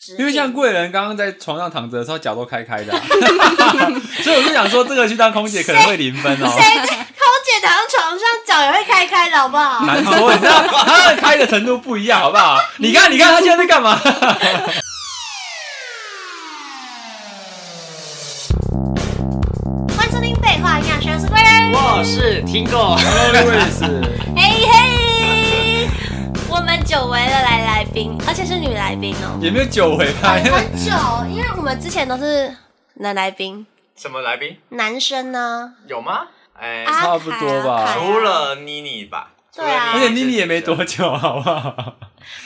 指因为像贵人刚刚在床上躺着的时候，脚都开开的啊、 所以我就想说，这个去当空姐可能会零分 哦。谁在空姐躺床上脚也会开开的好不好？难说，你知道他开的程度不一样，好不好？你看，你看他现在在干嘛？欢迎收听废话营养学，我是贵人。我是听过，嘿嘿，我们久违的来来宾，而且是女来宾哦， 也没有久违吧？因为很久，因为我们之前都是男来宾，什么来宾男生呢，有吗？哎、啊差不多吧凯啊凯啊除了妮妮吧，对啊 而且妮妮也没多。多久，好不好？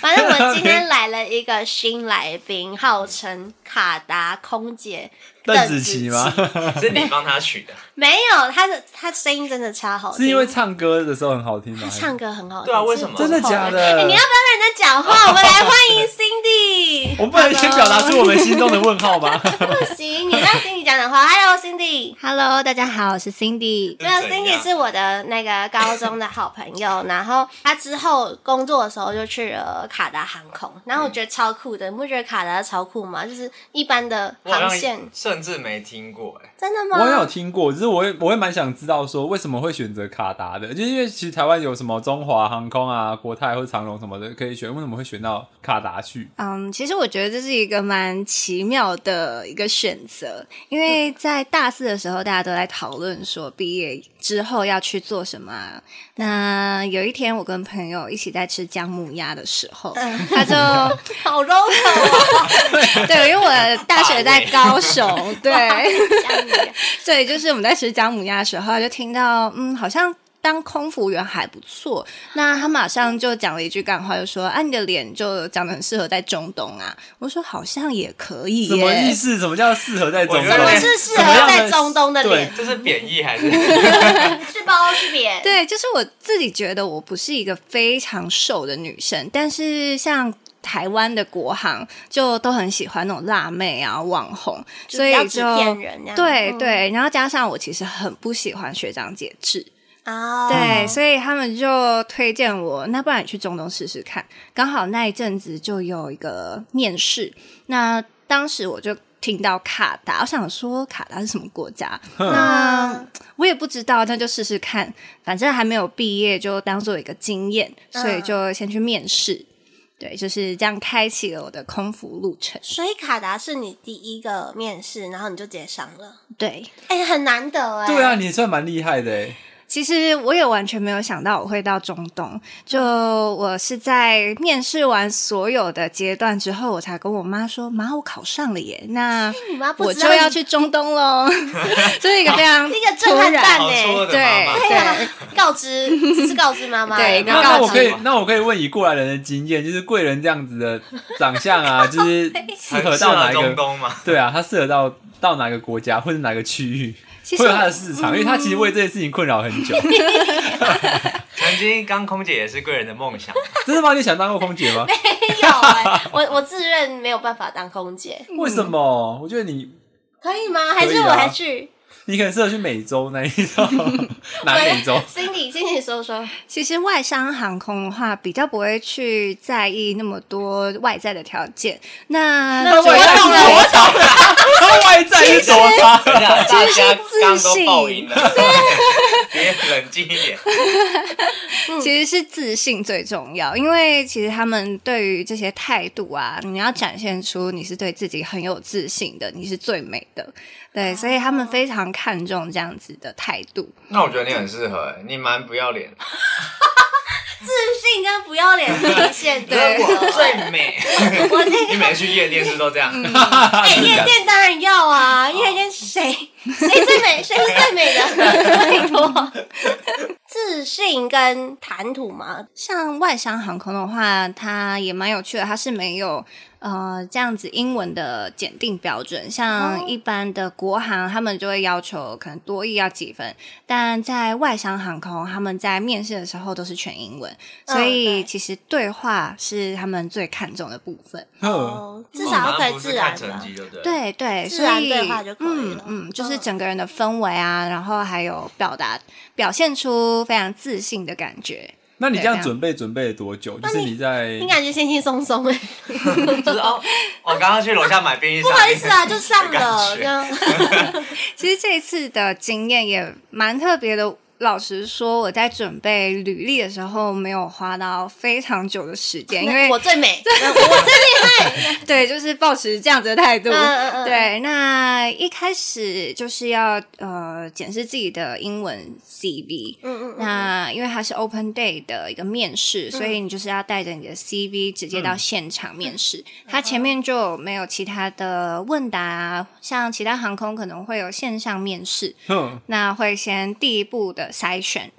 反正我们今天来了一个新来宾，号称卡达空姐 邓紫棋吗？？是你帮他取的，没有，她的她声音真的超好听， 是因为唱歌的时候很好听吗她？唱歌很好听。对啊为什么真的假的？哎、你要不要让人家讲话？我们来欢 迎 Cindy。我们不能先表达出我们心中的问号吗？ 不行，你让 Cindy 讲讲话。Hello Cindy。 Hello，大家好，我是 Cindy。没有是怎，Cindy 样是我的那个高中的好朋友，然后她之后工作的时候就去了卡达航空，然后我觉得超酷的，你不觉得卡达超酷吗？就是一般的我好航像线，甚至没听过哎、真的我吗？好像有听过，只是我会我会蛮想知道说为什么会选择卡达的，就是因为其实台湾有什么中华航空啊、国泰或者长荣什么的可以选，为什么会选到卡达去？嗯其实我觉得这是一个蛮奇妙的一个选择，因为在大四的时候，大家都在讨论说毕业之后要去做什么啊、那有一天，我跟朋友一起在吃姜母鸭的时候， 他就嗯好 local 啊！对，因为我大学在高雄，对。像你啊 对，就是我们在吃姜母鸭的时候，就听到嗯，好像当空服员还不错。那他马上就讲了一句干话，就说：“啊，你的脸就长得很适合在中东啊。”我说：“好像也可以什么意耶。思？什么叫适合在中我觉东得我对？是适合在中东的脸，这是贬义 还是？是包是扁，对，就是我自己觉得我不是一个非常瘦的女生，但是像台湾的国航就都很喜欢那种辣妹啊、网红，就所以比较纸就片人这样。对嗯对，然后加上我其实很不喜欢学长姐制，啊，对，所以他们就推荐我，那不然你去中东试试看。刚好那一阵子就有一个面试，那当时我就听到卡达，我想说卡达是什么国家？嗯那我也不知道，那就试试看，反正还没有毕业，就当做一个经验，所以就先去面试。对，就是这样开启了我的空服路程。所以卡达是你第一个面试，然后你就直接上了，对，哎、很难得哎、对啊，，你算蛮厉害的欸其实我也完全没有想到我会到中东，就我是在面试完所有的阶段之后，我才跟我妈说：“妈，我考上了耶！”那你妈 不我知就道要你去中 东喽。这是一个非常一个突震撼然弹好呢、说的妈妈对对啊，告知只是告知妈妈，对不那要那告我知可以，那我可以问以过来人的经验，就是贵人这样子的长相 啊，就是适合很适到哪一 合中个？东嘛？对啊，他适合到到哪个国家或者哪个区域，其实会有他的市场，因为他其实为这件事情困扰很 久。曾经当空姐也是贵人的梦 想，真的吗？你想当过空姐吗？没有哎、我我自认没有办法当空姐， 为什么？我觉得你可以吗？还是我还 去？你很适合去美洲那一种， 南美洲。 Cindy Cindy 说说， 其实外商航空的话，比较不会去在意那么多外在的条件。那那主我要懂是了我差？他外在是多差？等一下大家自刚刚都信爆音了， 别冷静一点。其实是自信最重要，因为其实他们对于这些态度啊，你要展现出你是对自己很有自信的，你是最美的，对，所以他们非常看重这样子的态度。那我觉得你很适合、你蛮不要脸。自信跟不要脸是一 线的，对我最美，我这你每次去夜店是不是都这样？啊哎、夜店当然要哦啊，夜店谁谁最美，谁是最美 的？拜托，自信跟谈吐嘛，像外商航空的话，它也蛮有趣的，它是没有呃这样子英文的检定标准，哦像一般的国航他们就会要求可能多译要几分，但在外商航空他们在面试的时候都是全英文，所嗯对以其实对话是他们最看重的部分。哼哦，至少要可以嗯不自是然看成吧。绩，对不对？。对对，自所然以对话就可以了嗯嗯，就是嗯整个人的氛围啊，然后还有表达表现出非常自信的感觉。那你这样对准备准备了多久？就是你在你感觉轻轻松松 哎，就是 哦，我刚刚去楼下买便利商不好意店，思啊，就上了感这觉样。其实这一次的经验也蛮特别的。老实说，我在准备履历的时候，没有花到非常久的时 间， 因为我最美，我最对，就是保持这样子的态度。嗯嗯嗯对，那一开始就是要呃检视自己的英文 CV。嗯嗯嗯那因为它是 Open Day 的一个面试，所嗯以你就是要带着你的 CV 直接到现场面试。嗯它前面就没有其他的问答啊，像其他航空可能会有线上面试，哼那会先第一步的筛选。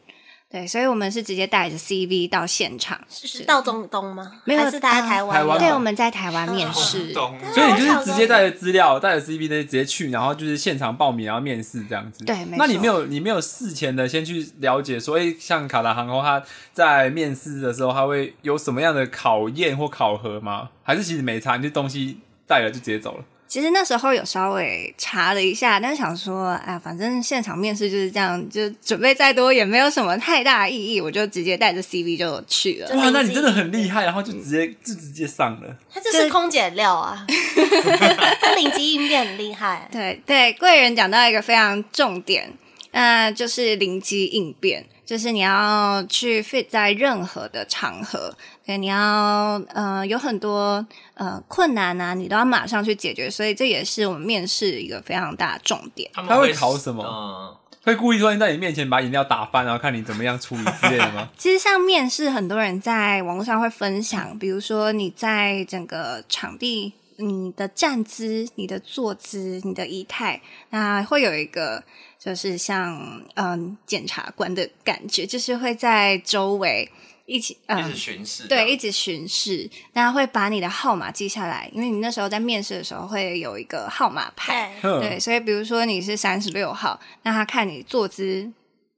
对，所以我们是直接带着 CV 到现场，是到中东吗？没有啊还是大家到台湾？台湾对，我们在台湾面嗯试。懂所以你就是直接带着资料，带着 CV 的直接去，然后就是现场报名，然后面试这样子。对没错那你没有你没有事前的先去了解说，哎、像卡达航空，它在面试的时候，它会有什么样的考验或考核吗？还是其实没差，你就东西带了就直接走了？其实那时候有稍微查了一下，但是想说，哎呀，反正现场面试就是这样，就准备再多也没有什么太大意义，我就直接带着 CV 就去了就。哇，是那你真的很厉害，然后就直接就直接上了。他这是空姐料 啊，他灵机应变很厉 害。对对，贵人讲到一个非常重点，呃，就是灵机应变，就是你要去 fit 在任何的场合，对，你要呃有很多呃困难啊，你都要马上去解决，所以这也是我们面试一个非常大的重点。？他们他会考什么嗯，会故意说在你面前把饮料打翻，然后看你怎么样处理之类的吗其实像面试，很多人在网络上会分享，比如说你在整个场地，你的站姿、你的坐姿、你的仪态，那会有一个就是像嗯检察官的感觉，就是会在周围一起嗯。一直巡视，对，一直巡视，那会把你的号码记下来，因为你那时候在面试的时候会有一个号码牌，对，哼对，所以比如说你是三十六号，那他看你坐姿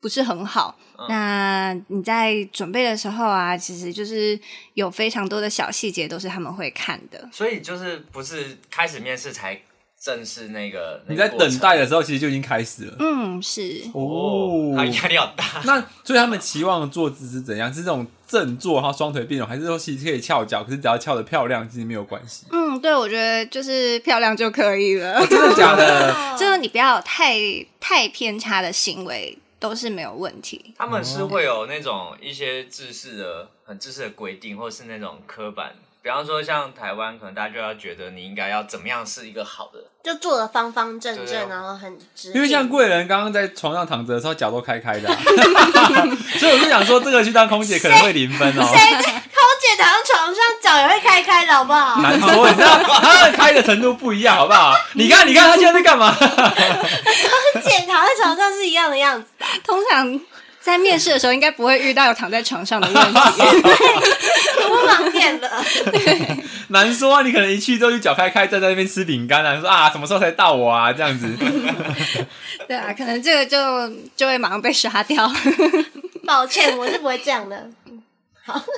不是很好，嗯那你在准备的时候啊，其实就是有非常多的小细节都是他们会看的。所以就是不是开始面试才正式那个，你在那个过程等待的时候，其实就已经开始了。嗯，是，哦，他压力好大，那所以他们期望的坐姿是怎样？是这种正坐，然后双腿并拢，还是说其实可以翘脚？可是只要翘的漂亮，其实没有关 系。哦嗯，对，我觉得就是漂亮就可以了，真的假的？哦 就是你不要有太太偏差的行为都是没有问题。他们哦是会有那种一些制式的很制式的规定，或是那种刻板。比方说，像台湾，可能大家就要觉得你应该要怎么样是一个好的，就坐的方方正对啊正，然后很直挺。因为像贵人刚刚在床上躺着的时候，脚都开开的、啊， 所以我就想说，这个去当空姐可能会零分哦、谁这空姐躺在床上，脚也会开开的，好不好？难说，你知道他开的程度不一样，好不好？你看，你看他现在在干嘛？ 空姐躺在床上是一样的样子吧？通常在面试的时候，应该不会遇到有躺在床上的问题。 我忘骗了，难说啊，你可能一去之后就脚开开，站在那边吃饼干啊，说啊什么时候才到我啊这样子。对啊，可能这个就就会马上被刷掉。抱歉，我是不会这样的。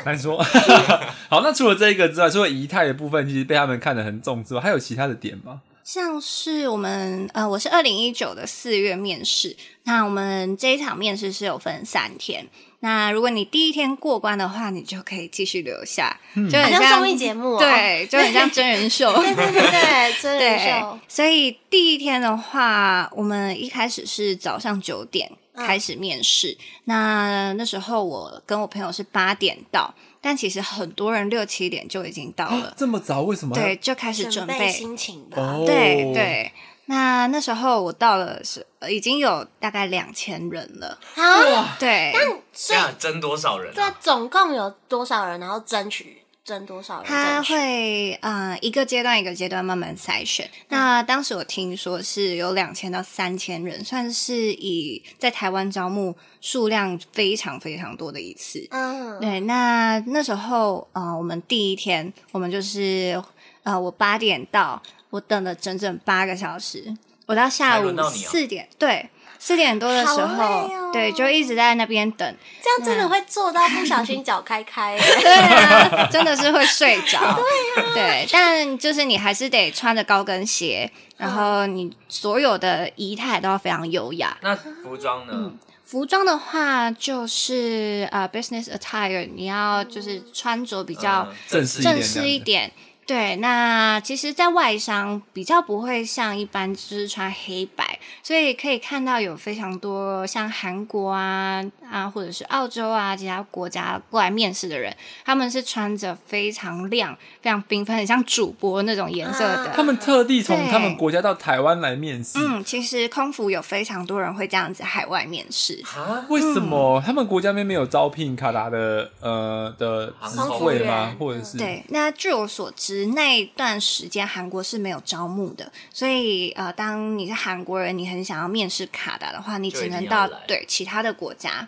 难说。 好，那除了这个之外，除了仪态的部分，其实被他们看得很重之外，还有其他的点吗？像是我们呃，我是二零一九的四月面试，那我们这一场面试是有分三天。那如果你第一天过关的话，你就可以继续留下，就好很像像综艺节目哦对，就很像真人秀。 对对对对，真人对秀，，所以第一天的话，我们一开始是早上九点嗯开始面试。那那时候我跟我朋友是八点到，但其实很多人六七点就已经到了，这么早为什么？对，，就开始准备心情吧。哦，对对，那那时候我到了是呃已经有大概两千人了，好，对，所这以样争多少人、这啊？总共有多少人？然后争取争多少人他争取？会呃一个阶段一个阶段慢慢筛选。那当时我听说是有两千到三千人，算是以在台湾招募数量非常非常多的一次。嗯，对，那那时候呃，我们第一天我们就是呃，我八点到，我等了整整八个小时，我到下才午轮到你哦四点，对，四点多的时好候，累哦对，就一直在那边 等，这样真的会做到不小心脚开开。对啊，真的是会睡 着，对啊但就是你还是得穿着高跟鞋，然后你所有的仪态都要非常优雅。那服装呢？服装的话，就是呃，business attire，你要就是穿着比较正嗯式一点正式一点。对，那其实，在外商比较不会像一般就是穿黑白，所以可以看到有非常多像韩国啊啊，或者是澳洲啊其他国家过来面试的人，他们是穿着非常亮、非常缤纷，很像主播那种颜色的。啊他们特地从对他们国家到台湾来面试，嗯，其实空服有非常多人会这样子海外面试。啊，为什嗯么他们国家那边没有招聘卡达的呃的职位吗航？空或员者嗯是对，那据我所知，那一段时间韩国是没有招募的，所以呃，当你是韩国人，你很想要面试卡达的话，你就只一定能要到来哦对其他的国家。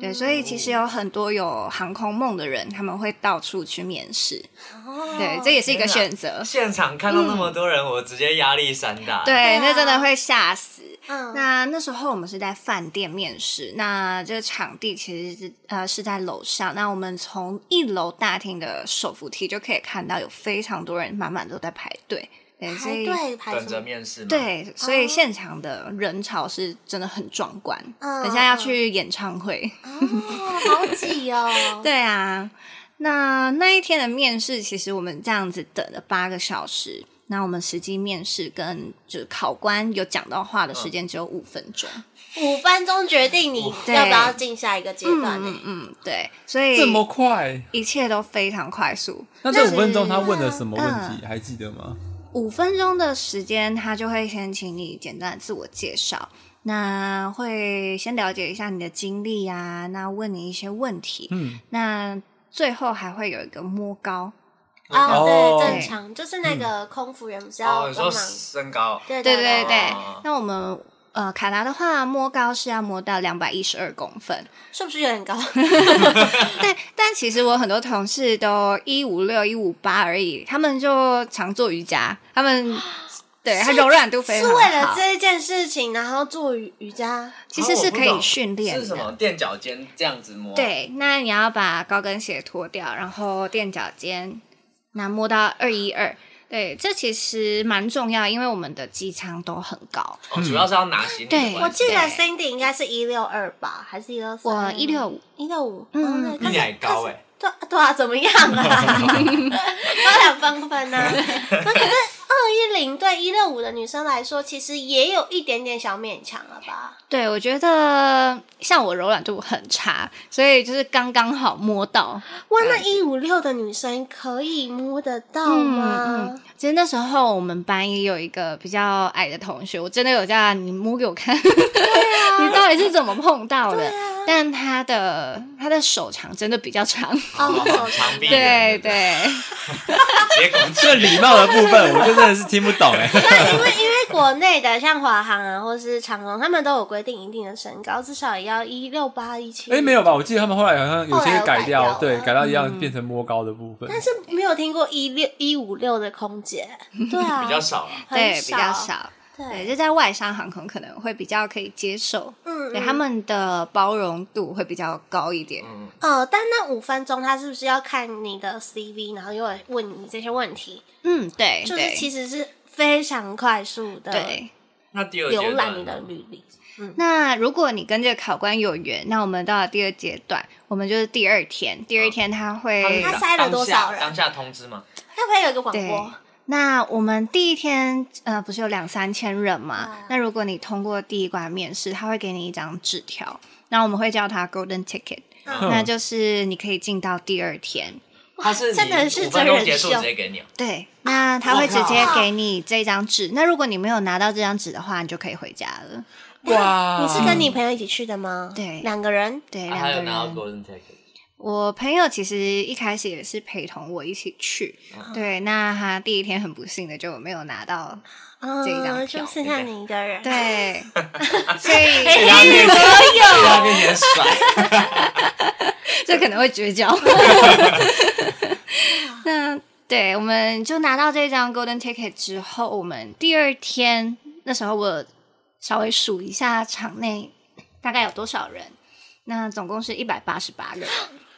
对，所以其实有很多有航空梦的人，他们会到处去面试。哦 对，这也是一个哦天哪选择。现场看到那么多人，我直接压力山大。嗯对，啊那真的会吓死。嗯，那那时候我们是在饭店面试，那这个场地其实是呃是在楼上，那我们从一楼大厅的手扶梯就可以看到有非常多人满满都在排队，对，所排以队排等什着么？面试嘛。，对，所以哦现场的人潮是真的很壮观，嗯很像要去演唱会。哦，好挤哦。 对啊，那那一天的面试，其实我们这样子等了八个小时。那我们实际面试跟就是考官有讲到话的时间只有五分钟，五分钟决定你对要不要进下一个阶段欸呢、嗯嗯，对，所以这么快？一切都非常快速。那这是五分钟他问了什么问题？还记得吗？五分钟的时间，他就会先请你简单的自我介绍，那会先了解一下你的经历啊，那问你一些问题，嗯，那最后还会有一个摸高，啊、哦对，正常就是那个空服人不是要哦，你帮说忙、身高对对对对对哦。那我们呃卡达的话，摸高是要摸到两百一十二公分，是不是有点高？但但其实我很多同事都一五六、一五八而已，他们就常做瑜伽，他们。对，他柔软度 非是常好。为了这一件事情，然后做瑜瑜伽，其实是可以训练是什么的。垫脚尖这样子摸？，对，那你要把高跟鞋脱掉，然后垫脚尖，那摸到二一二。对，这其实蛮重要，因为我们的机舱都很高。哦，主要是要拿行李对的我关系。记得对 Cindy 应该是一六二吧，还是一六我一六五，一六五，嗯哦比你还高哎、对对啊，怎么样啊？ 高两公分呢、那可是二一零对一六五的女生来说，其实也有一点点小勉强了吧？对我觉得像我柔软度很差，所以就是刚刚好摸到。哇，那一五六的女生可以摸得到吗？嗯嗯，其实那时候我们班也有一个比较矮的同学，我真的有叫他你摸给我看， 你到底是怎么碰到的？但他的他的手长真的比较长，哦，手长长臂对人 对，直接拱起这礼貌的部分，我就真的是听不懂哎。因为因为国内的像华航啊，或是长荣，他们都有规定一定的身高，至少也要一六八一七。哎，没有吧？我记得他们后来好像有后些来改有改掉掉，了对，改到一样变成摸高的部分。但是没有听过一六一五六的空 姐，对啊，比较少啊。很对比较，少，对，对，就在外商航空可能会比较可以接受，嗯，对嗯他们的包容度会比较高一点。嗯，哦，但那五分钟他是不是要看你的 CV，然后又来问你这些问题，嗯，对，就是对其实是非常快速的对。那第二阶浏段览呢你的履历。那如果你跟这个考官有缘，那我们到了第二阶段，我们就是第二天，第二天哦他会嗯他塞了多少人当下当下通知吗？要不要有一个广对播？。那我们第一天呃不是有两三千人嘛？嗯那如果你通过第一关面试，他会给你一张纸条，那我们会叫它 golden ticket，、嗯那就是你可以进到第二天。他是真的是五分真钟人结束秀直接给你哦，对，那他会直接给你这张纸。那如果你没有拿到这张纸的话，你就可以回家了。哇，你是跟你朋友一起去的吗？嗯对两个人。啊对，两他个有拿到人。 golden ticket，我朋友其实一开始也是陪同我一起去，嗯对，那他第一天很不幸的就没有拿到，啊这一张就票剩下你一个人。 对，所以被他面前，被他面前甩，这可能会绝 交。那对，我们就拿到这张 golden ticket 之后，我们第二天那时候我稍微数一下场内大概有多少人，那总共是一百八十八个人。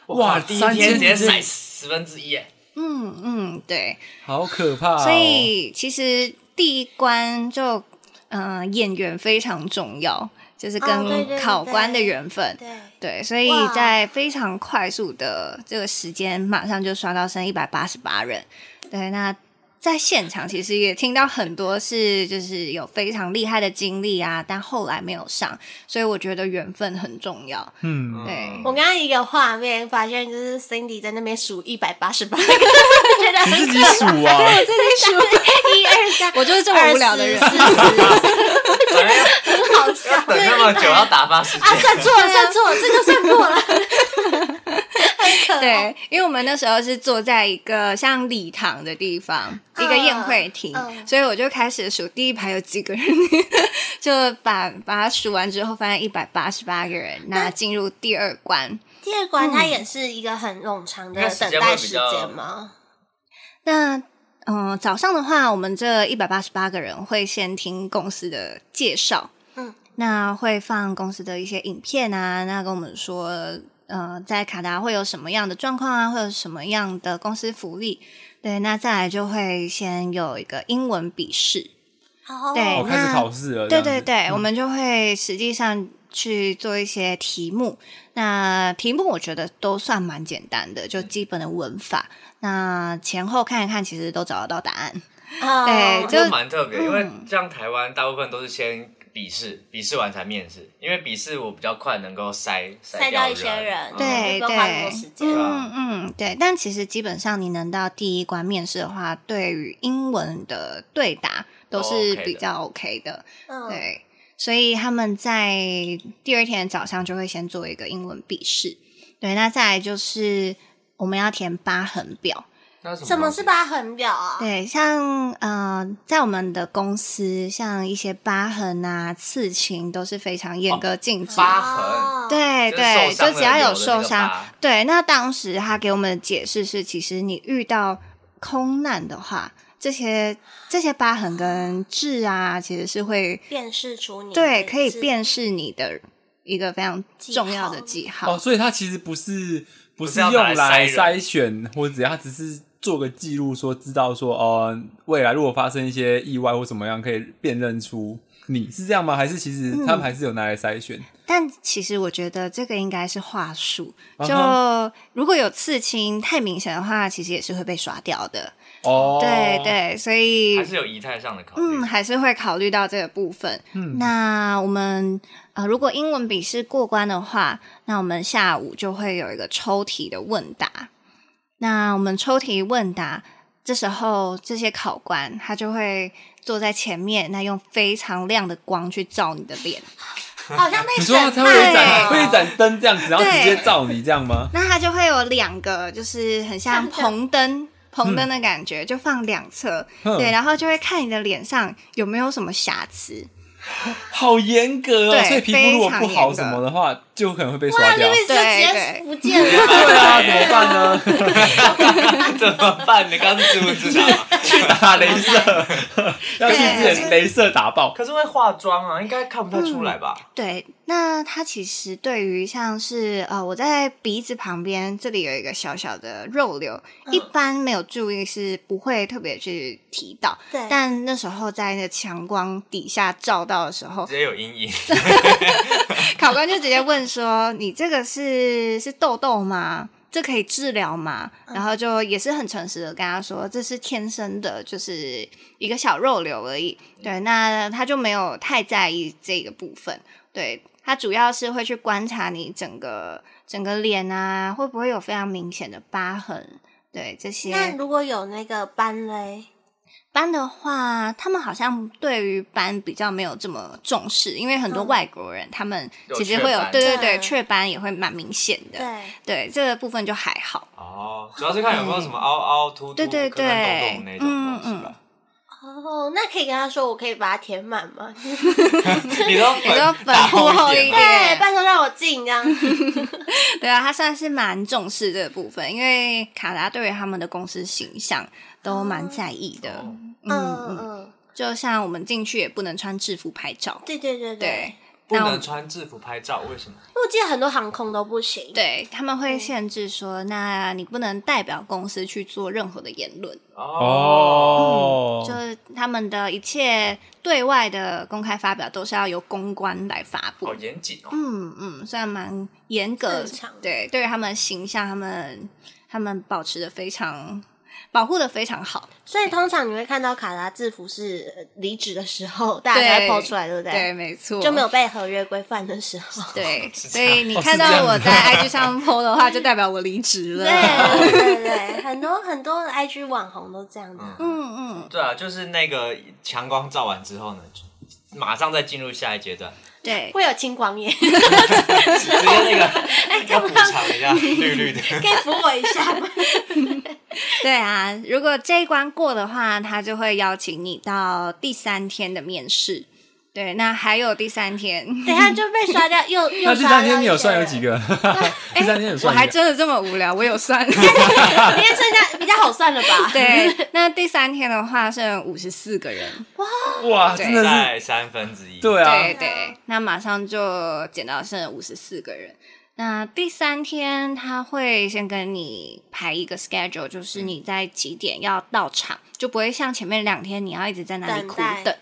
哇第一三天千直接真甩十分之一耶，嗯嗯，对，好可怕哦！所呃以其实第一关就，嗯、演员非常重要。就是哦对对跟对考官的缘分。对，对，所以哇在非常快速的这个时间，马上就刷到剩一百八十八人。对，那在现场其实也听到很多是就是有非常厉害的经历啊，但后来没有上，所以我觉得缘分很重要。 嗯，对我刚刚一个画面发现，就是 Cindy 在那边数一百八十八个， 觉得你很自己数啊，自己数，一二三， 我就是这么无聊的人二十四十反正要很好 笑。等那么久要打发时间啊，，算错了，算错了，这个算过 了。对，因为我们那时候是坐在一个像礼堂的地方，一个宴会厅，嗯所以我就开始数第一排有几个人， 就把把它数完之后，发现一百八十八个人，那进入第二关。第二关嗯它也是一个很冗长的那时等间待会时比较间吗？那嗯、呃早上的话，我们这一百八十八个人会先听公司的介绍，嗯，那会放公司的一些影片啊，那跟我们说，呃，在卡达会有什么样的状况啊，会有什么样的公司福利。对，那再来就会先有一个英文笔试，哦对我那开始考试了，对这样对子对，我们就会实际上去做一些题目。那题目我觉得都算蛮简单的，就基本的文法，那前后看一看，其实都找得到答案。哦对就这蛮特别，因为嗯像台湾大部分都是先笔试，笔试完才面试，因为笔试我比较快能够筛塞掉到一些人，嗯不对用花那么多时间。对嗯啊嗯，对。但其实基本上你能到第一关面试的话，对于英文的对答都都是 OK 比的较 OK 的。嗯，对，所以他们在第二天早上就会先做一个英文笔试。对，那再来就是我们要填疤痕表。那什什么是疤吧？痕表啊？对，像呃，在我们的公司，像一些疤痕啊、刺青都是非常严格禁止。疤哦痕，对就是对，受伤就只要了有有的那受个伤疤，对。那当时他给我们的解释是，其实你遇到空难的话，这些这些疤痕跟痣啊，其实是会辨识出你对，的可以字辨识你的一个非常记重要的号记哦，号。所以它其实不是不是不是要用拿来来筛筛人选或者怎样，它只是做个记录，说知道说哦，未来如果发生一些意外或怎么样，可以辨认出你是这样吗？还是其实他们还是有拿来筛选？但其实我觉得这个应该是话术，啊就如果有刺青太明显的话，其实也是会被刷掉的。哦，对，对，所以还是有仪态上的考虑嗯，。还是会考虑到这个部分。嗯那我们呃，如果英文笔试过关的话，那我们下午就会有一个抽题的问答。那我们抽题问答，这时候这些考官他就会坐在前面，那用非常亮的光去照你的脸， 好像被你说审它会有一判盏哦会有一盏灯这样子，然后对直接照你这样吗？那他就会有两个，就是很像像棚灯。棚灯的感觉，就放两侧，哼对，然后就会看你的脸上有没有什么瑕疵，好严格哦，对所以皮肤如果不好非常严格什么的话，就可能会被哇，刷掉那。边就对直接对不见 了。对啊，怎么办呢？ 怎么办？你刚刚是知不知道？去打镭射， 要去对之前镭射打爆。 可是会化妆啊，应该看不太出来吧？对，那它其实对于像是呃，我在鼻子旁边这里有一个小小的肉瘤，一般没有注意是不会特别去提到，对，但那时候在那个强光底下照到的时候直，接有阴影。 考官就直接问说：“你这个是是痘痘吗？这可以治疗吗？”然后就也是很诚实的跟他说：“这是天生的，就是一个小肉瘤而已。”对，那他就没有太在意这个部分。对他主要是会去观察你整个整个脸啊，会不会有非常明显的疤痕。对这些那如果有那个斑嘞，斑的话，他们好像对于斑比较没有这么重视，因为很多嗯外国人、他们有其实雀会有斑对对对对雀斑也会蛮明显的。对，对这个部分就还好。哦，主要是看有没有什么凹凹凸凸、对对坑坑洞洞那种东西吧。哦，那可以跟他说，我可以把它填满 吗？ 你都嗯你说粉打粉厚厚一一点点，对，拜托让我进 这样。嗯对啊，他算是蛮重视这个部分，因为卡达对于他们的公司形象都蛮在意的。哦嗯嗯，嗯，就像我们进去也不能穿制服拍照。对对对对，不那我能穿制服拍照，为什么？因为我记得很多航空都不行。对他们会限制说，那你不能代表公司去做任何的言论，哦哦，嗯就是他们的一切对外的公开发表都是要由公关来发布好。严谨哦。嗯嗯，算蛮严格正常，对，对于他们的形象，他们他们保持的非常保护的非常好，所以通常你会看到卡达制服是呃离职的时候大家才对 PO 出来，对不对？对，没错，就没有被合约规范的时 候。对，是所这样以你哦看是这到样我的在 IG 上 PO 的话，就代表我离职 了。对对对对，很多很多 IG 网红都这样的。嗯嗯嗯，对啊，就是那个强光照完之后呢，就马上再进入下一阶段， 对，会有青光眼，直接那 个哎要补偿一下绿绿的。可以扶我一下吗？对啊，如果这一关过的话，他就会邀请你到第三天的面试。对，那还有第三天， 等一下就被刷掉，又又那第刷掉。三天你有算有几？个？ 第三天有哎我算还几个？真的这么无聊，我 有算。你看剩下比较好算了 吧？，对，那第三天的话剩五十四个人，哇，对真的是在三分之一。对对啊，对，那马上就减到剩五十四个人。那第三天他会先跟你排一个 schedule，就是你在几点要到场，就不会像前面两天你要一直在那里等苦待等。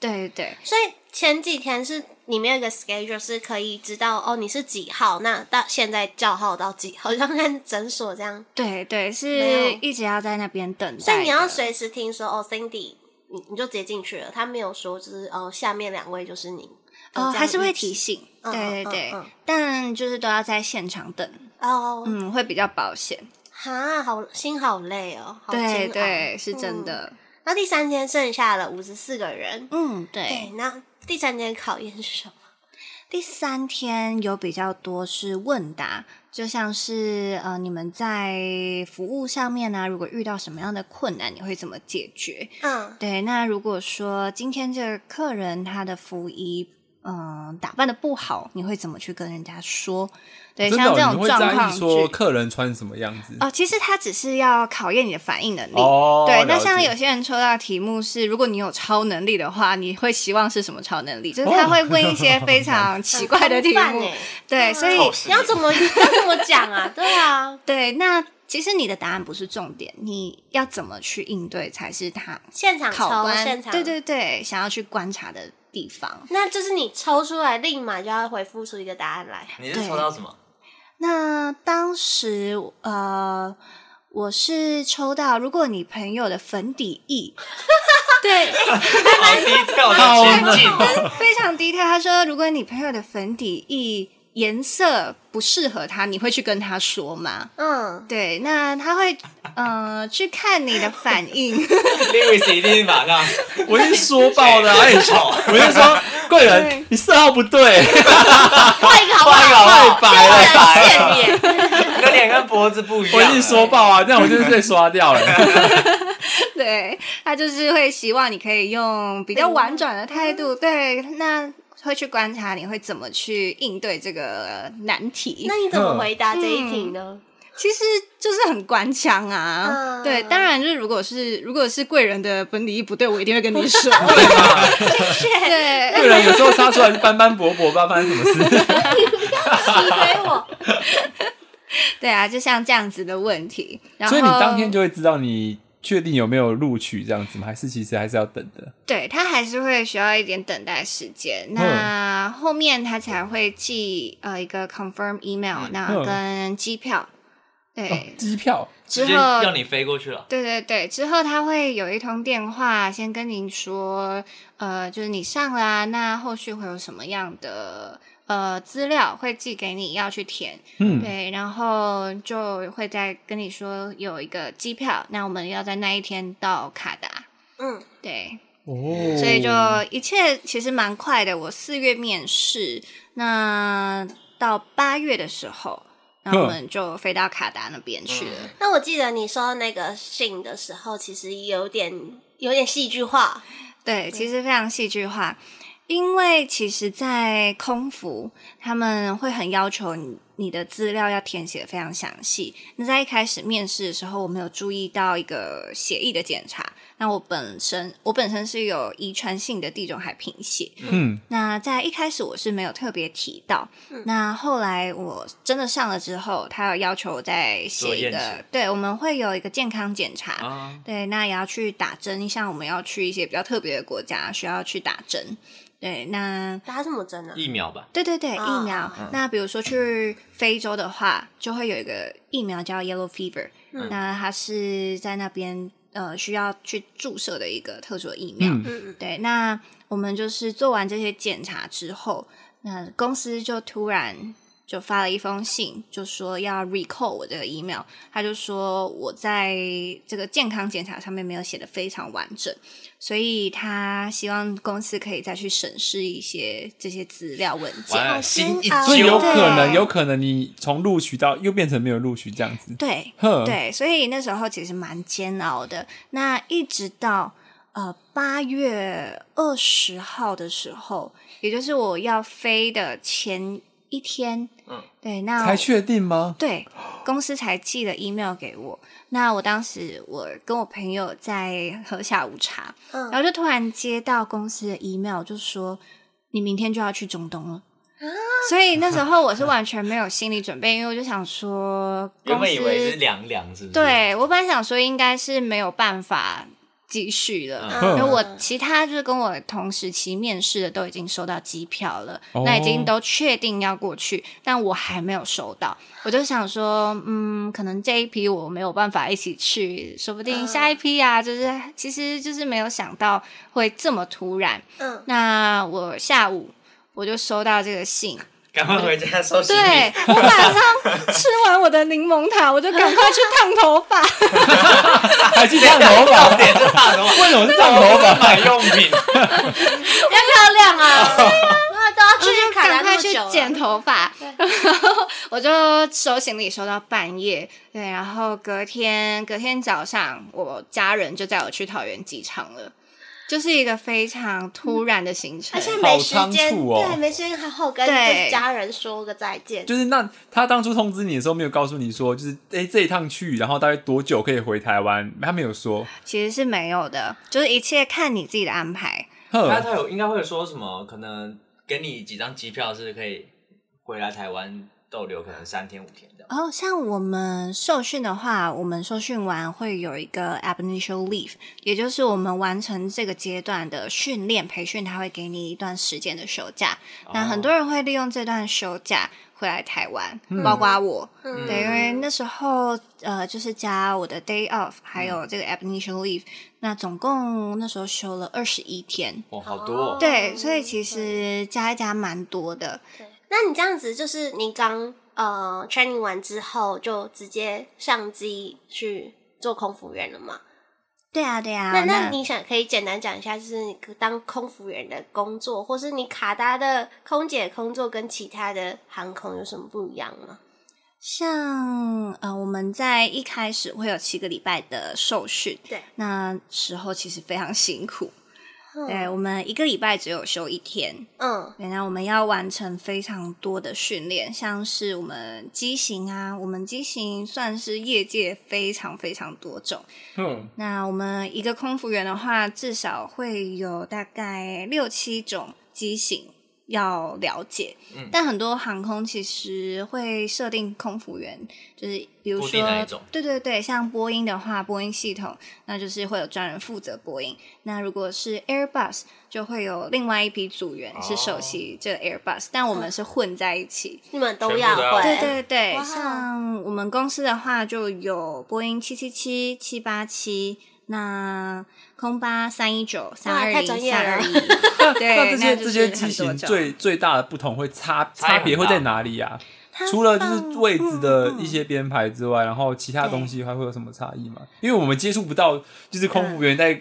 对对所以前几天是里面有个 schedule 是可以知道哦，你是几号，那到现在叫号到几号，像看诊所这 样。对对，没是有一直要在那边等待的。所以你要随时听说哦，Cindy，你你就直接进去了，他没有说就是哦，下面两位就是你。哦，这样还是会一起提醒。嗯对对嗯嗯对嗯，但就是都要在现场等，哦，嗯，会比较保险。哈，好心好累哦，好煎对熬对，是真。嗯的。那第三天剩下了五十四个人，嗯，对对，。那第三天考验是什么？第三天有比较多是问答，就像是呃，你们在服务上面啊呢、如果遇到什么样的困难，你会怎么解决？嗯，对，那如果说今天这个客人他的服仪，嗯、打扮的不好，你会怎么去跟人家说？对，真的像这哦你种会状在况意说剧客人穿什么样子？哦，其实他只是要考验你的反应能力。哦，对，那了解像有些人抽到题目是，如果你有超能力的话，你会希望是什么超能力？哦就是他会问一些非常奇怪的题很空目，泛欸嗯对，所以透视你要怎 么你要怎么讲啊？对啊，对，那其实你的答案不是重点，你要怎么去应对才是他现场考抽，官现场对。对对想要去观察的地方。那就是你抽出来，立马就要回复出一个答案来。你是抽到什么？那当时呃，我是抽到，如果你朋友的粉底 液，对，好低调的前进哦。非常低调。他说，如果你朋友的粉底液颜色不适合他，你会去跟他说吗？嗯，对，那他会呃去看你的反应。 Lewis 一定是马 上 我已经说爆 了啊，哎对，丑，我就说贵对人，你色号不对，换一个好不换一个好？好不好太白了。不能见面。你的脸跟脖子不一样。 我已经说爆啊，这样我就是被刷掉 了。对他就是会希望你可以用比较婉转的态度，对，那会去观察你会怎么去应对这个难题 那。你嗯怎么回答这一题呢？其实就是很官腔啊，嗯对，当然就是如果是如果是贵人的粉底液不对，我一定会跟你说， 对贵人有时候杀出来是斑斑驳驳，不知道发生什么事。你回我，对啊，就像这样子的问题。然后所以你当天就会知道你确定有没有录取这样子吗？还是其实还是要等的？哦对他还是会需要一点等待时间。嗯那后面他才会寄呃一个 confirm email，那嗯跟机票。哦对，机票之直接后要你飞过去了。对对对，之后他会有一通电话，先跟您说，呃，就是你上啦、那后续会有什么样的呃资料会寄给你要去填，嗯对，然后就会再跟你说有一个机票，那我们要在那一天到卡达，嗯，对，哦，所以就一切其实蛮快的。我四月面试，那到八月的时候，然后我哼们就飞到卡达那边去了。那我记得你收到那个信的时候，其实有点有点戏剧化。对，其实非常戏剧化，因为其实，在空服他们会很要求你你的资料要填写得非常详细。那在一开始面试的时候，我没有注意到一个血液的检查。那我本身我本身是有遗传性的地中海贫血，嗯，那在一开始我是没有特别提到，那后来我真的上了之后，他有要求我再做写一验个血，对，我们会有一个健康检查，啊，对，那也要去打针，像我们要去一些比较特别的国家，需要去打针。对，那打什么针呢、疫苗吧，对对对，啊疫苗。那比如说去非洲的话，就会有一个疫苗叫 Yellow Fever，、嗯那它是在那边呃需要去注射的一个特殊的疫苗。嗯，嗯嗯，对，那我们就是做完这些检查之后，那公司就突然就发了一封信，就说要 recall 我这个 email。他就说我在这个健康检查上面没有写的非常完整，所以他希望公司可以再去审视一些这些资料文件。完了，哎心一煎熬所以有揪，可啊对能，有可能你从录取到又变成没有录取这样子，对，嗯哼，对，所以那时候其实蛮煎熬的。那一直到呃八月二十号的时候，也就是我要飞的前一天，嗯，对，那才确定 吗？对公司才寄了 email 给我。那我当时我跟我朋友在喝下午茶，嗯然后就突然接到公司的 email，就说你明天就要去中东了。啊所以那时候 我是完全没有心理准备，因为我就想说，公原司本以为是凉凉，是不是？，对我本来想说应该是没有办法继续了，嗯因嗯为我其他就是跟我同时期面试的都已经收到机票了，哦那已经都确定要过去，但我还没有收到，我就想说，嗯，可能这一批我没有办法一起去，说不定下一批啊，就是其实就是没有想到会这么突然。嗯，那我下午我就收到这个信，赶快回家收拾对你。我马上吃完我的柠檬塔，我就赶快去烫头发。还去烫头发？点这大头发，为什么是烫头不发？是买用 品，要漂亮啊！那都要哎我就去卡达那赶快么去久了剪头发对， 然后我就收行李收到半夜，对，然后隔天隔天早上，我家人就带我去桃园机场了，就是一个非常突然的行程，而且没时好仓间，促哦对，没时间好好跟对自家人说个再见。 就是那他当初通知你的时候，没有告诉你说，就是哎、诶这一趟去，然后大概多久可以回台湾？他没有说。其实是没有的，就是一切看你自己的安排。他啊哼，他有应该会说什么？可能给你几张机票是可以回来台湾逗留，可能三天五天这样。哦，像我们受训的话，我们受训完会有一个 a b i n i t i o leave，也就是我们完成这个阶段的训练培训，他会给你一段时间的休假。哦哦那很多人会利用这段休假回来台湾，包括我。嗯对，因为那时候呃，就是加我的 day off，还有这个 a b i n i t i o leave，那总共那时候休了二十一天。哇，好多、哦。对，所以其实加一加蛮多的。那你这样子，就是你刚呃 training 完之后，就直接上机去做空服员了嘛？对啊，对啊。那那你想可以简单讲一下，就是你当空服员的工作，或是你卡达的空姐工作跟其他的航空有什么不一样吗？像呃，我们在一开始会有七个礼拜的受训，对，那时候其实非常辛苦。嗯对，我们一个礼拜只有休一天，嗯对，那我们要完成非常多的训练，像是我们机型啊，我们机型算是业界非常非常多种。哼，那我们一个空服员的话，至少会有大概六七种机型要了解。嗯但很多航空其实会设定空服员，就是比如固定哪一说种，对对对，像波音的话，波音系统那就是会有专人负责波音。那如果是 Airbus，就会有另外一批组员哦是首席这个 Airbus，、但我们是混在一起。你们都全部要都要会，对对对，哇像我们公司的话，就有波音七七七、七八七，那空巴三一九、三哇二太零、专业三了二一。 对，那这些就这是些很机多型种最最大的不同会差差异很差大别会在哪里啊？除了就是位置嗯的一些编排之外，然后其他东西还会有什么差异吗？因为我们接触不到，就是空嗯服员在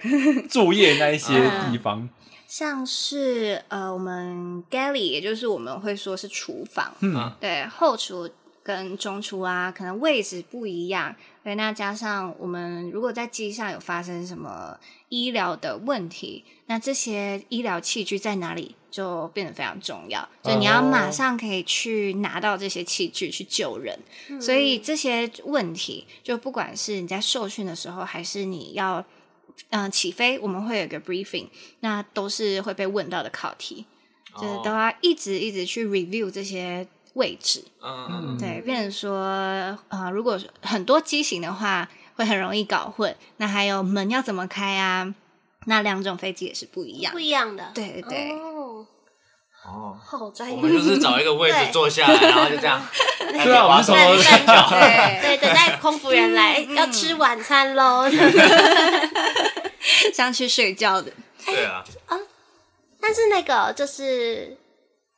作业那一 些地方。像是呃，我们 galley，也就是我们会说是厨房，嗯对，后厨跟中出啊，可能位置不一样。对，那加上我们如果在机上有发生什么医疗的问题，那这些医疗器具在哪里就变得非常重要，就你要马上可以去拿到这些器具去救人。所以这些问题，就不管是你在受训的时候，还是你要嗯、呃起飞，我们会有一个 briefing，那都是会被问到的考题，就是哦都哦要一直一直去 review 这些位置。嗯嗯对，变成说，呃，如果是很多机型的话，会很容易搞混。那还有门要怎么开啊？那两种飞机也是不一样不。一样的，对对对，哦，嗯哦，好专我业，们就是找一个位置对坐下来，然后就这样。对啊，我们是从头对看到对对，等待空服员来，嗯哎要吃晚餐喽。像去睡觉的，哎对啊， 但是那个就是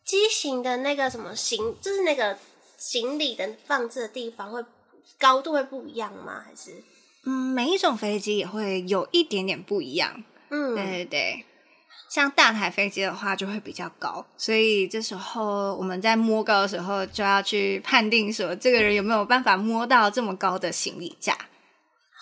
机型的那个什么行，就是那个行李的放置的地方会高度会不一样吗？还是嗯，每一种飞机也会有一点点不一样。嗯，对对对，像大台飞机的话就会比较高，所以这时候我们在摸高的时候就要去判定说这个人有没有办法摸到这么高的行李架。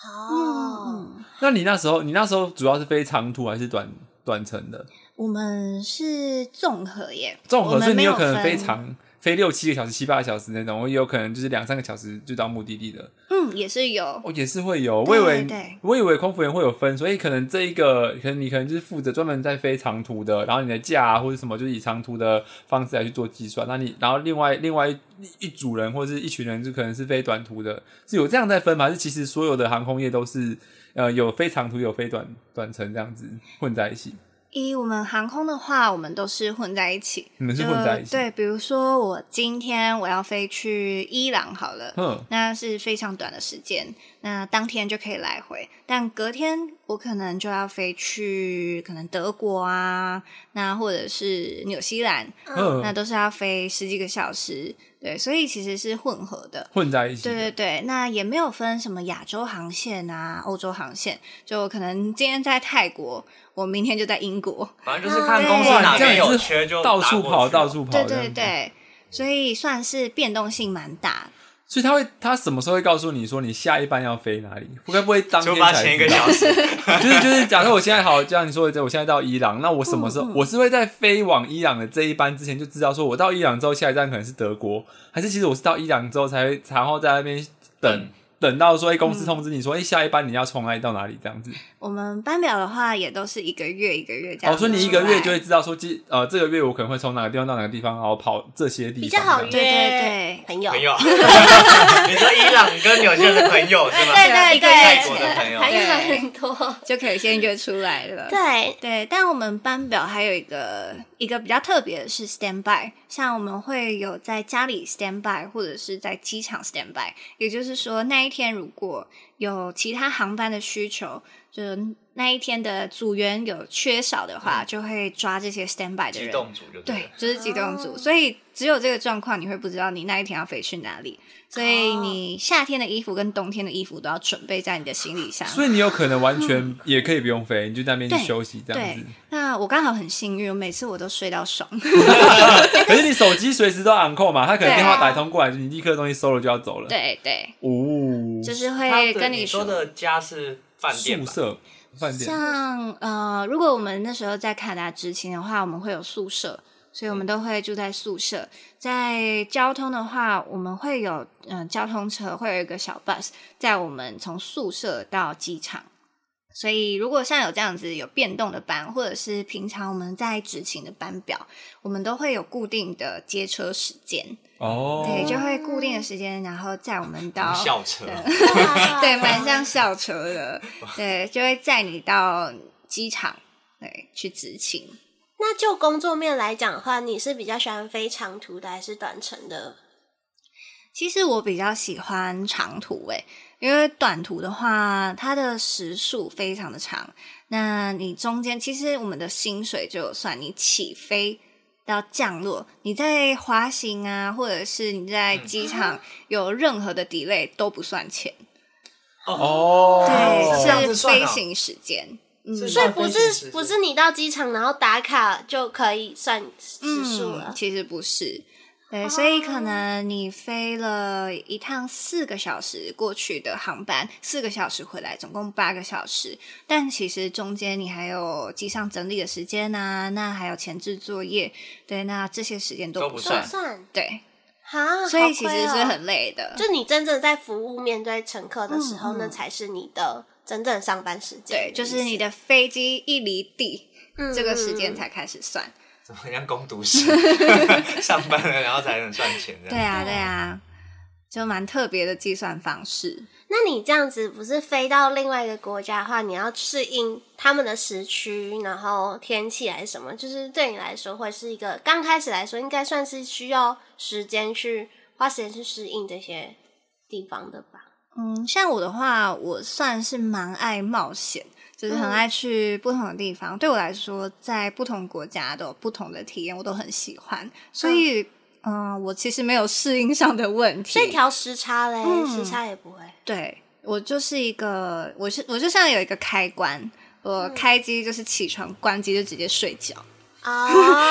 哦，嗯那你那时候，你那时候主要是飞长途还是短短程的？我们是综合耶，综合我是们你没可能分飞长，飞六七个小时、七八个小时那种，我也有可能就是两三个小时就到目的地的。嗯，也是有，哦，也是会有，我对以为对我以为空服员会有分，所以可能这一个，可能你可能就是负责专门在飞长途的，然后你的假、啊、或者什么，就是以长途的方式来去做计算。那你然后另外另外一一组人或者是一群人，就可能是飞短途的，是有这样在分吗？还是其实所有的航空业都是呃有飞长途有飞短短程这样子混在一起？以我们航空的话，我们都是混在一起，你们是混在一起就呃对，比如说我今天我要飞去伊朗好了，哼，那是非常短的时间，那当天就可以来回。但隔天我可能就要飞去可能德国啊，那或者是纽西兰，嗯那都是要飞十几个小时，对，所以其实是混合的。混在一起对的。对对，那也没有分什么亚洲航线啊、欧洲航线，就可能今天在泰国，我明天就在英国。哦反正就是看公司哪这样边有也缺是就到打处过去啊跑，到。处跑。对对，哦对，所以算是变动性蛮大的。所以他会，他什么时候会告诉你说你下一班要飞哪里？该不会当出天发才前一知个道小时， 就是就是，假设我现在好，就像你说的，我现在到伊朗，那我什么时候、嗯我是会在飞往伊朗的这一班之前就知道，说我到伊朗之后下一站可能是德国，还是其实我是到伊朗之后才会，然后在那边等等等到说，哎、公司通知你说，哎、下一班你要从哪里到哪里这样子。我们班表的话，也都是一个月一个月这样。哦，所以你一个月就会。知道说，今呃这个月我可能会从哪个地方到哪个地方，然后跑这些地方，比较好这约样对对对朋友，朋友， 你说伊朗跟纽西兰的朋友是对吧？对一个泰对，国的朋友朋友对很多，就可以先约出来 了。对，对，但我们班表还有一个一个比较特别的是 stand by，像我们会有在家里 stand by，或者是在机场 stand by，也就是说那一天如果有其他航班的需求，就是那一天的组员有缺少的话，就会抓这些 stand by 嗯的机人。动组就对了，就是机动组，哦所以只有这个状况，你会不知道你那一天要飞去哪里，所以你夏天的衣服跟冬天的衣服都要准备在你的行啊李箱。所以你有可能完全也可以不用飞，你就在那边去对休息这样对子。，那我刚好很幸运，我每次我都睡到爽。可是你手机随时都昂扣嘛，他可能对啊电话打通过来，你立刻东西收了就要 走了。，对对，哦，就是他会的跟你说说。的家是饭宿店吧？舍、饭店。像呃，如果我们那时候在卡达执勤的话，我们会有宿舍，所以我们都会住在宿舍。在交通的话，我们会有嗯、呃交通车，会有一个小 bus 载我们从宿舍到机场。所以，如果像有这样子有变动的班，或者是平常我们在执勤的班表，我们都会有固定的接车时间，哦，对，就会固定的时间，然后载我们到校车，哇对，蛮像校车的，对，就会载你到机场，对，去执勤。那就工作面来讲的话，你是比较喜欢飞长途的还是短程的？其实我比较喜欢长途诶、因为短途的话，它的时速非常的长，那你中间其实我们的薪水就有算你起飞。到降落，你在滑行啊，或者是你在嗯机场有任何的 delay 都不算钱，哦，哦是这样对，子是算飞啊行时间。嗯，是所以那不飞行时是速不是你到机场然后打卡就可以算时数了嗯嗯。其实不是，对，所以可能你飞了一趟四个小时过去的航班，四个小时回来，总共八个小时。但其实中间你还有机上整理的时间呐、那还有前置作业，对，那这些时间都都不不都哦算。算算对，哈，所以其好实亏是哦很累的。就你真正在服务面对乘客的时候，嗯嗯那才是你的真正上班时间的意，对思。就是你的飞机一离地，嗯这个时间。嗯嗯才开始算。怎么样攻 读生上班了，然后才能赚钱这对样。啊，对啊，就蛮特别的计算方式。那你这样子不是飞到另外一个国家的话，你要适应他们的时区，然后天气还是什么，就是对你来说会是一个刚开始来说，应该算是需要时间去花时间去适应这些地方的吧？嗯，像我的话，我算是蛮爱冒险，就是很嗯爱去不同的地方。对我来说，在不同国家都有不同的体验，我都很喜欢。所以，嗯、我其实没有适应上的问题。所以调时差嘞，嗯时差也 不会。对我就是一个，我是我就像有一个开关，我嗯开机就是起床，关机就直接睡觉，哦，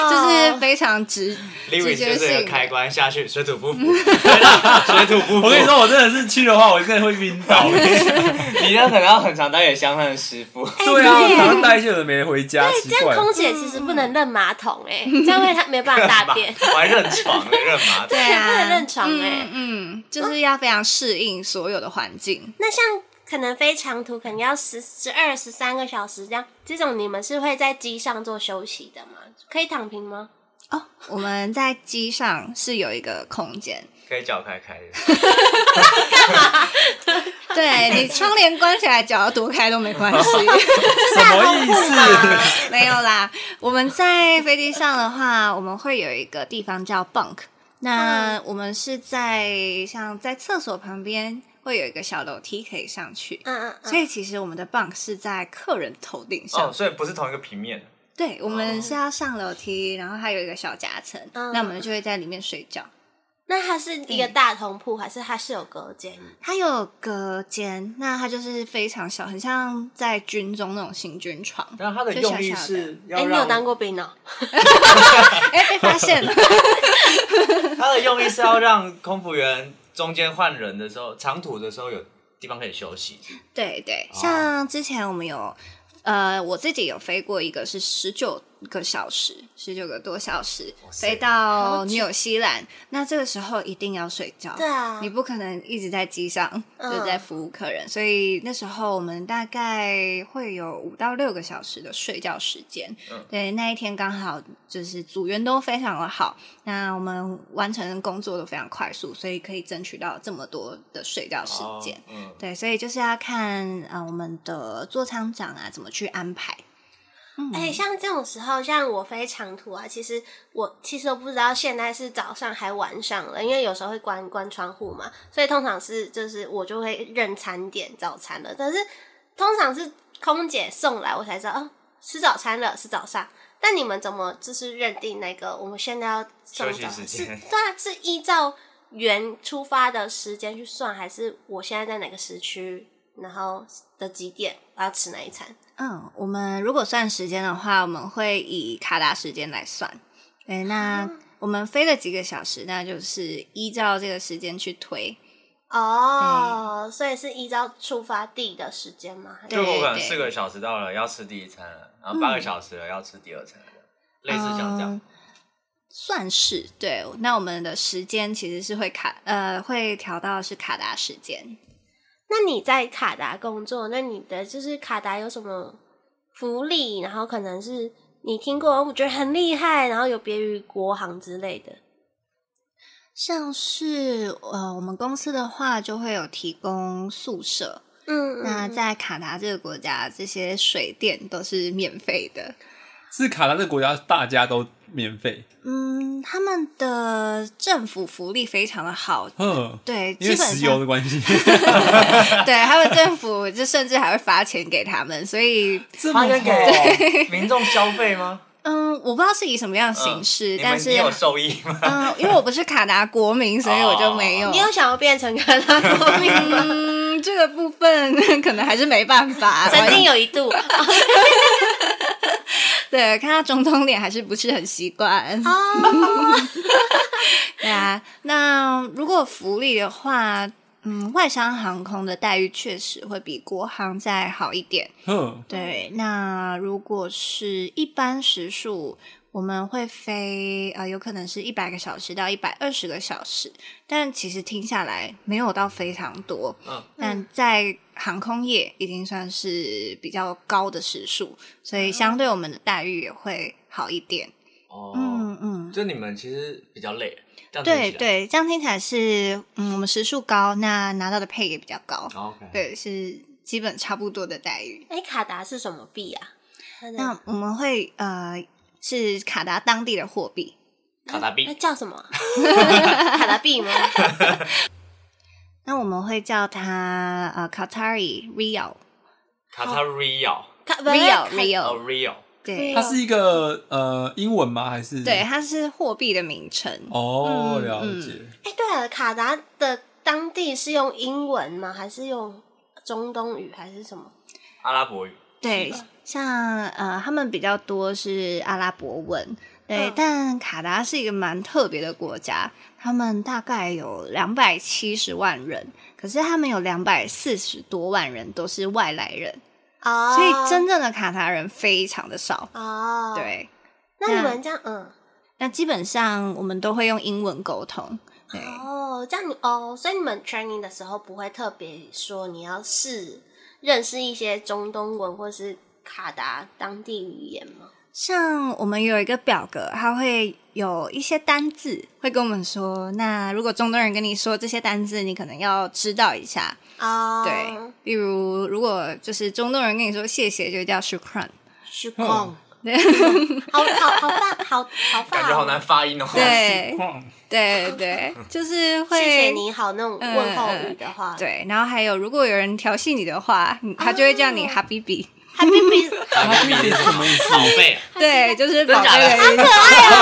就是非常 直。 Lewis 啊直觉就是一性个开关下去，水土不 服，水土不服。我跟你，说，我真的是去的话，我真的会晕倒。你那可能要很常当演相声的师 傅。对啊，我常常带一些人没回家，奇这样怪。空姐其实不能认马桶哎、这样会她没办法大 便。我还认床欸嘞，认麻对的。不啊，能认床欸嗯嗯，就是要非常适应所有的环境。那像可能飞长途，可能要十十二、十三个小时这样，这种你们是会在机上做休息的吗？可以躺平吗？哦，我们在机上是有一个 空间，可以脚开开的。 对你窗帘关起来，脚要多开都没关 系。什么意思？没有啦，我们在飞机上的话，我们会有一个地方叫 bunk，那嗯我们是在像在厕所旁边会有一个小楼梯可以上去。嗯嗯嗯。所以其实我们的 bunk 是在客人头顶上，哦，所以不是同一个平面。对，我们哦是要上楼梯，然后还有一个小夹层，嗯那我们就会在里面睡觉。那它是一个大同铺，还是它是有隔间？它有隔间，那它就是非常小，很像在军中那种行军床。然后它的就用意小小的是哎、要你有让当 过兵哦、哎、被发 现了，它的用意是要让空服员中间换人的时候，长途的时候有地方可以休息。对对，哦像之前我们有，呃，我自己有飞过一个是十九个小时，十九个多小时，哇好塞飞到久纽西兰。那这个时候一定要睡觉，对啊你，不可能一直在机上嗯就是在服务客人，所以那时候我们大概会有五到六个小时的睡觉时间。嗯对，那一天刚好就是组员都非常的好，那我们完成工作都非常快速，所以可以争取到这么多的睡觉时间。哦嗯，对，所以就是要看啊、呃我们的座舱长啊怎么去安排。嗯哎、像这种时候，像我飞长途啊，其实我其实我不知道现在是早上还晚上了，因为有时候会关关窗户嘛，所以通常是就是我就会认餐点早餐了。但是通常是空姐送来，我才知道哦，吃早餐了，是早上。那你们怎么就是认定那个我们现在要上休息早时是对间 啊，是依照原出发的时间去算，还是我现在在哪个时区，然后的几点我要吃哪一餐？嗯，我们如果算时间的话，我们会以卡达时间来算。对，那我们飞了几个小时，那就是依照这个时间去推。哦，所以是依照出发地的时间吗？还是对就我可能对四个小时到了要吃第一餐了，然后八个小时了要吃第二餐了，类似像这样嗯。算是对，那我们的时间其实是会卡，呃，会调到是卡达时间。那你在卡达工作，那你的就是卡达有什么福利？然后可能是你听过，哦我觉得很厉害，然后有别于国航之类的。像是呃，我们公司的话就会有提供宿舍，嗯，那嗯在卡达这个国家，这些水电都是免费的。是卡达这个国家大家都免费，嗯，他们的政府福利非常的好，哼，对，因基为本石油上的关系， 对他们政府就甚至还会发钱给他们，所以这花么园给好，民众消费吗？嗯，我不知道是以什么样的 形式，嗯你们但是你有受益吗？嗯，因为我不是卡达国民，所以我就没有。哦你有想要变成卡达 国民吗？嗯，这个部分可能还是没办法。曾经有一度哦，哦对看到中东脸还是不是很习惯。对啊，那如果福利的话，嗯，外商航空的待遇确实会比国航再好一点。哼，对，那如果是一般时数，我们会飞呃，有可能是一百个小时到一百二十个小时，但其实听下来没有到非常多。嗯，但在航空业已经算是比较高的时数，所以相对我们的待遇也会好一点。哦， 嗯嗯，就你们其实比较累，这样听对起来，对，这样听起来是嗯，我们时数高，那拿到的配也比较高，哦，OK，对，是基本差不多的待遇。哎、卡达是什么币啊？它的那我们会呃是卡达当地的货币，卡达那币，叫什 么啊？卡达币吗？那我们会叫它呃 Qatari Real 卡塔 Rio，卡 Real 哦 Real， Rio，对它是一个呃英文吗？还是对，？它是货币的名称。哦，嗯了解。哎、对了，卡达的当地是用英文吗？还是用中东语还是什么？阿拉伯语，对，像呃他们比较多是阿拉伯文，对，嗯但卡达是一个蛮特别的国家，他们大概有两百七十万人，可是他们有两百四十多万人都是外来人，哦所以真正的卡达人非常的少，哦，，对。那你们这样，嗯，那基本上我们都会用英文沟通。对，哦，这样你哦，所以你们 training 的时候不会特别说你要试认识一些中东文或是卡达当地语言吗？像我们有一个表格，它会有一些单字，会跟我们说。那如果中东人跟你说这些单字，你可能要知道一下。哦，对，嗯例如如果就是中东人跟你说谢谢，就叫 shukran。是控，嗯对 好好好棒，好好棒，感觉好难发音哦。 对哇对 对，就是会谢谢你好那种嗯问候语的话，对，然后还有，如果有人调戏你的话，你他就会叫你哦 habibi， ，Happy Bee，卡达币是什么意思？宝贝啊，对，就是真宝假贝的的 意思，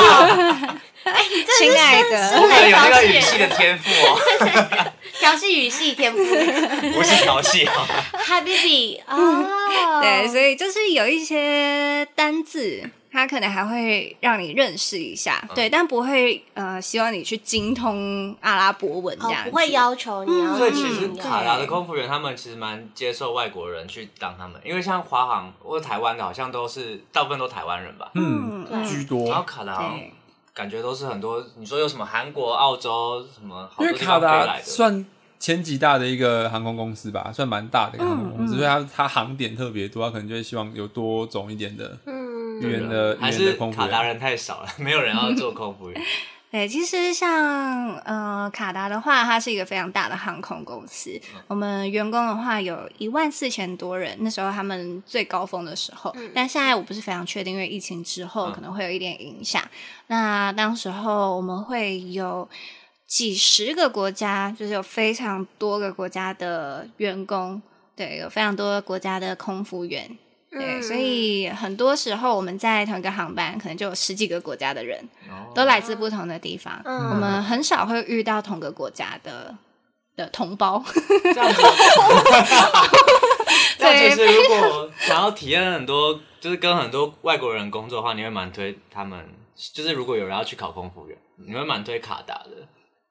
哎，你真亲爱是的是， 我有那个语系的天赋哦， 的调戏语系天赋不是调戏哦。 ，Happy Bee，哦，嗯对，所以就是有一些单字，它可能还会让你认识一下，嗯对，但不会呃，希望你去精通阿拉伯文这哦样、不会。要求你要，嗯所以其实嗯卡达的空服员他们其实蛮接受外国人去当他们，因为像华航或台湾的，好像都是大部分都台湾人吧。嗯，嗯居然后多。卡达好像对，感觉都是很多，你说有什么韩国、澳洲什么好因多为地卡方飞达来的，算前几大的一个航空公司吧，算蛮大的一个航空公司，嗯嗯所以它它航点特别多，它可能就会希望有多种一点的。嗯，语言的还语言是的空服卡达员，人太少了，没有人要做空 服员。对，其实像呃卡达的话，它是一个非常大的航空公司，嗯我们员工的话有一万四千多人，那时候他们最高峰的时候，嗯但现在我不是非常确定，因为疫情之后嗯可能会有一点影响。那当时候我们会有几十个国家，就是有非常多个国家的员工，对，有非常多国家的空服员，对，嗯所以很多时候我们在同一个航班，可能就有十几个国家的人，哦都来自不同的地方。嗯我们很少会遇到同个国家的的同胞， 这样子， 那其实如果想要体验很多，就是跟很多外国人工作的话，你会蛮推他们，就是如果有人要去考空服员，你会蛮推卡达的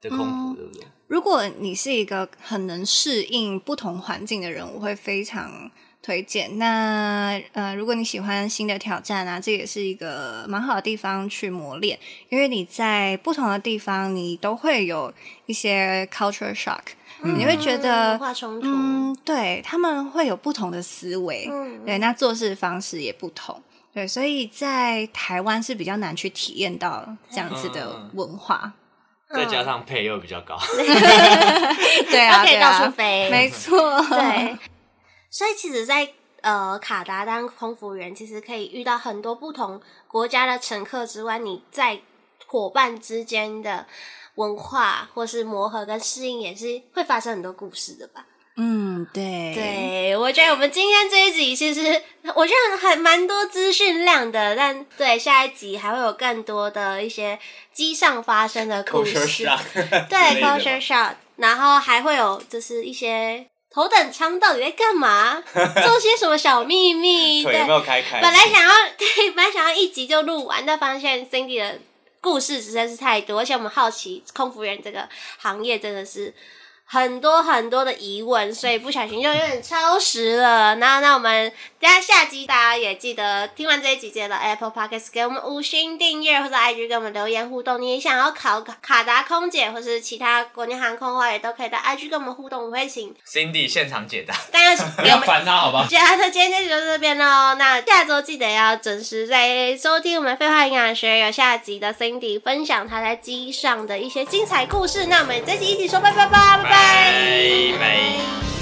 的空服，嗯对不对？如果你是一个很能适应不同环境的人，我会非常推荐。那呃，如果你喜欢新的挑战啊，这也是一个蛮好的地方去磨练，因为你在不同的地方，你都会有一些 culture shock，、你会觉文得。化嗯冲突，嗯，对，他们会有不同的思维，嗯对，那做事方式也不同，对，所以在台湾是比较难去体验到这样子的嗯文 化，再加上配又比较高，对啊，都可以对啊到处 飞，没错，对，所以其实在，呃卡达当空服员，其实可以遇到很多不同国家的乘客之外，你在伙伴之间的文化或是磨合跟适应，也是会发生很多故事的吧？嗯，对，对，我觉得我们今天这一集其实我觉得还蛮多资讯量的，但对下一集还会有更多的一些机上发生的故 Culture 事， shock 对之类的 culture shock，然后还会有就是一些头等舱到底在干 嘛，做些什么小秘密，腿有没对，有开开？ 本来想要对，本来想要一集就录完，但发现 Cindy 的。故事实在是太多，而且我们好奇空服员这个行业真的是。很多很多的疑问，所以不小心就有点超时了。那那我们大家下集大家也记得听完这一集，记得 Apple Podcast 给我们五星订阅，或者 IG 给我们留言互动。你也想要考卡达空姐，或是其他国内航空的话，也都可以到 IG 跟我们互动，我们会请 Cindy 现场解答，大家不给我要们烦他，好 吧？好那今天这集就到这边喽。那下周记得要准时再收听我们废话营养学，有下集的 Cindy 分享她在机上的一些精彩故事。那我们这集一起说拜拜吧，拜拜。拜拜。